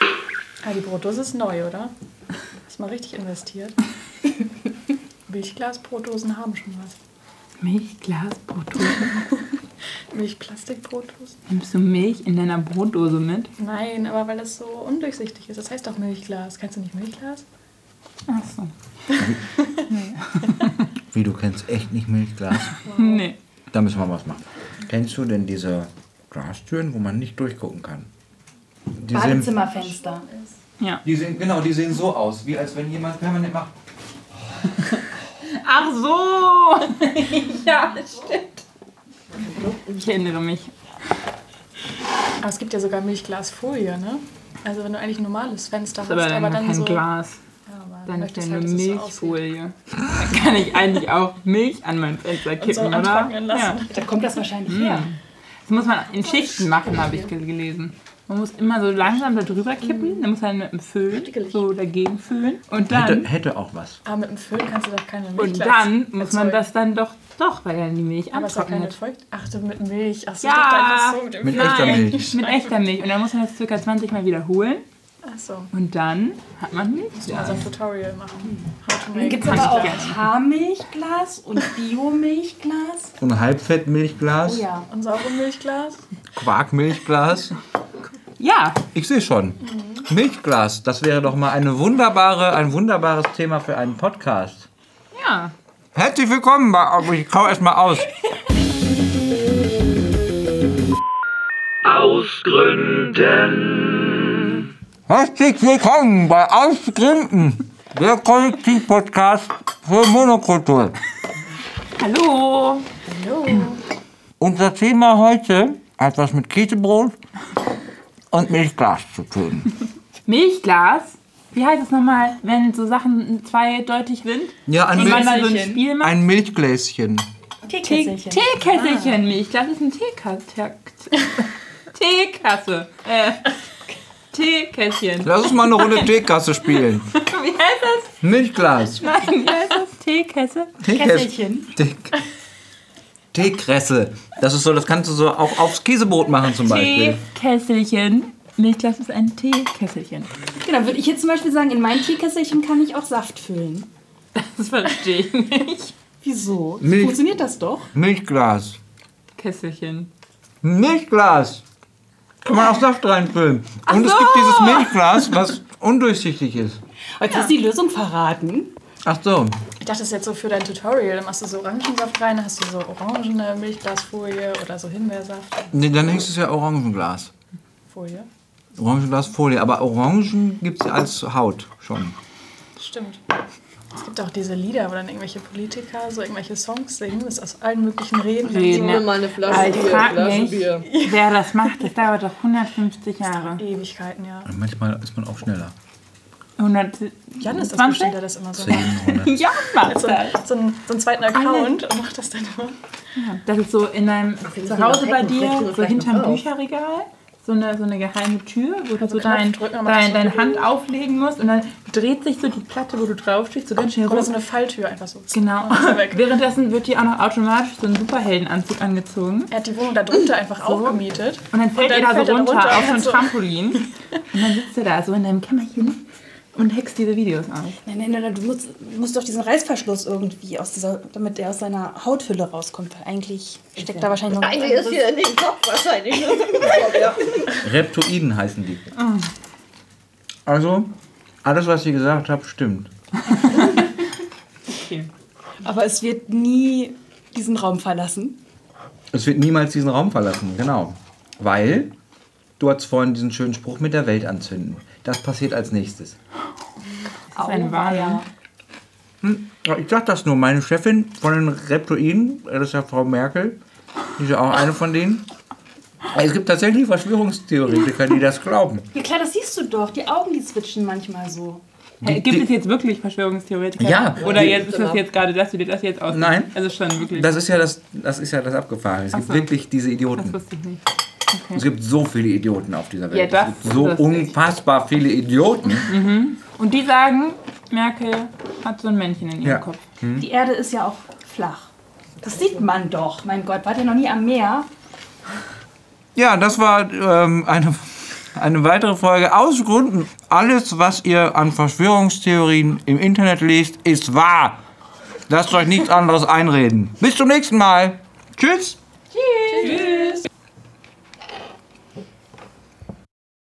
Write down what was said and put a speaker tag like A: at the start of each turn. A: Ja, Ah, die Brotdose ist neu, oder? Hast mal richtig investiert. Milchglas-Brotdosen haben schon was.
B: Milch, Glas, Brotdose.
A: Milchplastikbrotdosen?
B: Nimmst du Milch in deiner Brotdose mit?
A: Nein, aber weil das so undurchsichtig ist. Das heißt doch Milchglas. Kennst du nicht Milchglas?
B: Ach so.
C: Wie du kennst echt nicht Milchglas.
B: Nee.
C: da müssen wir was machen. Kennst du denn diese Glastüren, wo man nicht durchgucken kann? Die sehen,
D: Badezimmerfenster.
B: Ja.
C: die sehen genau, die sehen so aus, wie als wenn jemand permanent macht.
B: Ach so! ja, stimmt. Ich erinnere mich.
A: Aber es gibt ja sogar Milchglasfolie, ne? Also wenn du eigentlich ein normales Fenster
B: Das
A: hast,
B: ist aber
A: aber,
B: dann,
A: dann
B: kein
A: so...
B: Glas.
A: Ja, aber
B: Dann ist ja
A: möchtest
B: nur
A: halt, dass es so aussieht.
B: Milchfolie. Dann kann ich eigentlich auch Milch an mein Fenster kippen,
A: so
B: oder?
A: antrocknen lassen.
D: Da kommt das wahrscheinlich her.
B: Das muss man in Schichten machen, habe ich gel- gelesen. Man muss immer so langsam da drüber
A: Mhm.
B: kippen, dann muss man mit dem Föhn so dagegen föhnen und
C: Hätte,
B: dann,
C: hätte auch was.
A: Aber mit dem Föhn kannst du doch keine Milchglas...
B: und dann muss man
A: erzeugen.
B: das dann doch, doch, weil dann die Milch
A: Aber es ist ja keine
B: antrocknet.
A: Feucht... Ach, so mit Milch. Ach so,
B: Ja.
A: ich dachte einfach so mit dem
C: Mit
A: Föhn.
C: echter Milch.
B: Mit echter Milch. Und dann muss man das circa 20 Mal wiederholen
A: Ach so.
B: und dann hat man Milch.
A: Also ein Tutorial
B: Hm.
A: machen. How to
D: Dann
A: make
D: gibt es aber auch
B: Milchglas.
D: Haarmilchglas und Biomilchglas.
C: Und Halbfettmilchglas,
D: Oh ja.
A: ein saures Milchglas.
C: Quarkmilchglas.
B: Ja,
C: Ich sehe schon.
D: Mhm.
C: Milchglas, das wäre doch mal eine wunderbare, ein wunderbares Thema für einen Podcast.
B: ja.
C: Herzlich willkommen bei. Oh, Ich kau erst mal aus. Herzlich willkommen bei Ausgründen, der Kollektivpodcast für Monokultur.
B: Hallo.
A: Hallo.
C: Unser Thema heute hat was mit Käsebrot und Milchglas zu tun.
B: Milchglas. Wie heißt es nochmal, wenn so Sachen zweideutig sind?
C: Ja, ein,
B: Und man
C: Milch,
B: mal so ein Spiel macht?
C: ein Milchgläschen.
D: Teekesselchen.
B: Teekesselchen
C: Ah.
B: Milch. Das ist ein Teekasse. Teekasse. Äh, Teekässchen.
C: Lass uns mal eine Runde Teekasse spielen.
B: Wie heißt das?
C: Milchglas.
B: Nein, wie heißt das? Teekesse?
D: Kesselchen.
C: Teek- Teekresse. Das ist so, das kannst du so auch aufs Käsebrot machen zum Beispiel.
B: Teekesselchen. Milchglas ist ein Teekesselchen.
D: Genau, würde ich jetzt zum Beispiel sagen, in mein Teekesselchen kann ich auch Saft füllen.
B: Das verstehe ich nicht.
D: Wieso?
C: Milch.
D: Funktioniert das doch?
C: Milchglas.
B: Kesselchen.
C: Milchglas. Kann man auch Saft reinfüllen. Und es
B: so.
C: gibt dieses Milchglas, was undurchsichtig ist.
D: Jetzt hast du die Lösung verraten.
C: Ach so.
A: Ich dachte, das ist jetzt so für dein Tutorial. Dann machst du so Orangensaft rein, dann hast du so orangene Milchglasfolie oder so Himbeersaftfolie.
C: Nee, dann hängst du es ja Orangenglas. Orangenglasfolie. Aber Orangen gibt es ja als Haut schon.
A: Stimmt. Es gibt auch diese Lieder, wo dann irgendwelche Politiker so irgendwelche Songs singen, das aus allen möglichen Reden.
B: Reden, ja.
E: Nur mal eine Flasche
B: Also
E: Bier.
B: frag
E: Flasche
B: mich,
E: Bier.
B: wer das macht, das dauert doch 150 Jahre.
A: Ewigkeiten, ja.
C: Und manchmal ist man auch schneller.
B: 100,
A: Jan ist das
B: 20?
A: bestimmt, der das immer so macht.
C: 1000.
B: Ja, macht
A: So,
B: das.
A: so, einen, so einen zweiten Account und macht das dann immer.
B: Das ist so in deinem
E: müssen
B: zu Hause
E: noch
B: bei
E: hacken. Vielleicht
B: dir,
E: kriegen wir
B: so
E: vielleicht
B: hinterm
E: noch drauf.
B: Bücherregal, so eine, so eine geheime Tür, wo du so
A: Also Knopf
B: dein,
A: drücken, dann macht
B: dein,
A: das so
B: deine Hand auflegen musst und dann dreht sich so die Platte, wo du drauf stehst, so ganz schnell
A: Oder
B: rum.
A: so eine Falltür einfach so.
B: Genau.
A: Und ist er weg.
B: Währenddessen wird dir auch noch automatisch so ein Superheldenanzug angezogen.
A: Er hat die Wohnung da drunter einfach aufgemietet.
B: Und dann fällt
A: dann
B: er da
A: fällt
B: so
A: er
B: runter,
A: runter Also.
B: auf so ein
A: und so-
B: Trampolin. Und dann sitzt er da so in deinem Kämmerchen und hackst diese Videos aus.
D: Nein, nein, nein, nein, du musst, du musst doch diesen Reißverschluss irgendwie, aus dieser, damit der aus seiner Hauthülle rauskommt, weil eigentlich steckt da wahrscheinlich noch
E: Eigentlich ist hier in den Kopf wahrscheinlich. nur so ein Kopf, ja.
C: Reptoiden heißen die. Ah. Also, alles, was ich gesagt habe, stimmt.
D: Aber es wird nie diesen Raum verlassen.
C: Es wird niemals diesen Raum verlassen, genau. Weil du hast vorhin diesen schönen Spruch mit der Welt anzünden. Das passiert als nächstes.
B: Das ist eine Warnung.
C: Ja, Ich sag das nur, meine Chefin von den Reptoiden, das ist ja Frau Merkel, die ist ja auch eine von denen. Es gibt tatsächlich Verschwörungstheoretiker, die das glauben.
D: Ja klar, das siehst du doch. Die Augen, die switchen manchmal so.
B: Hey, gibt
C: die-
B: es jetzt wirklich Verschwörungstheoretiker?
C: Ja.
B: Oder
C: Die-
B: jetzt ist das jetzt gerade, dass du dir das jetzt aus.
C: Nein.
B: Also schon wirklich.
C: Das ist ja das, das, ist ja das Abgefahren. Es gibt
B: so.
C: wirklich diese
B: das
C: Idioten.
B: wusste ich nicht.
C: Es gibt so viele Idioten auf dieser Welt.
B: Ja, das
C: es gibt so
B: ist lustig.
C: unfassbar viele Idioten.
B: Und die sagen, Merkel hat so ein Männchen in ihrem
C: Ja.
B: Kopf.
D: Die Erde ist ja auch flach. Das sieht man doch. Mein Gott, wart ihr noch nie am Meer?
C: Ja, das war ähm, eine, eine weitere Folge aus Gründen. Alles, was ihr an Verschwörungstheorien im Internet lest, ist wahr. Lasst euch nichts anderes einreden. Bis zum nächsten Mal. Tschüss.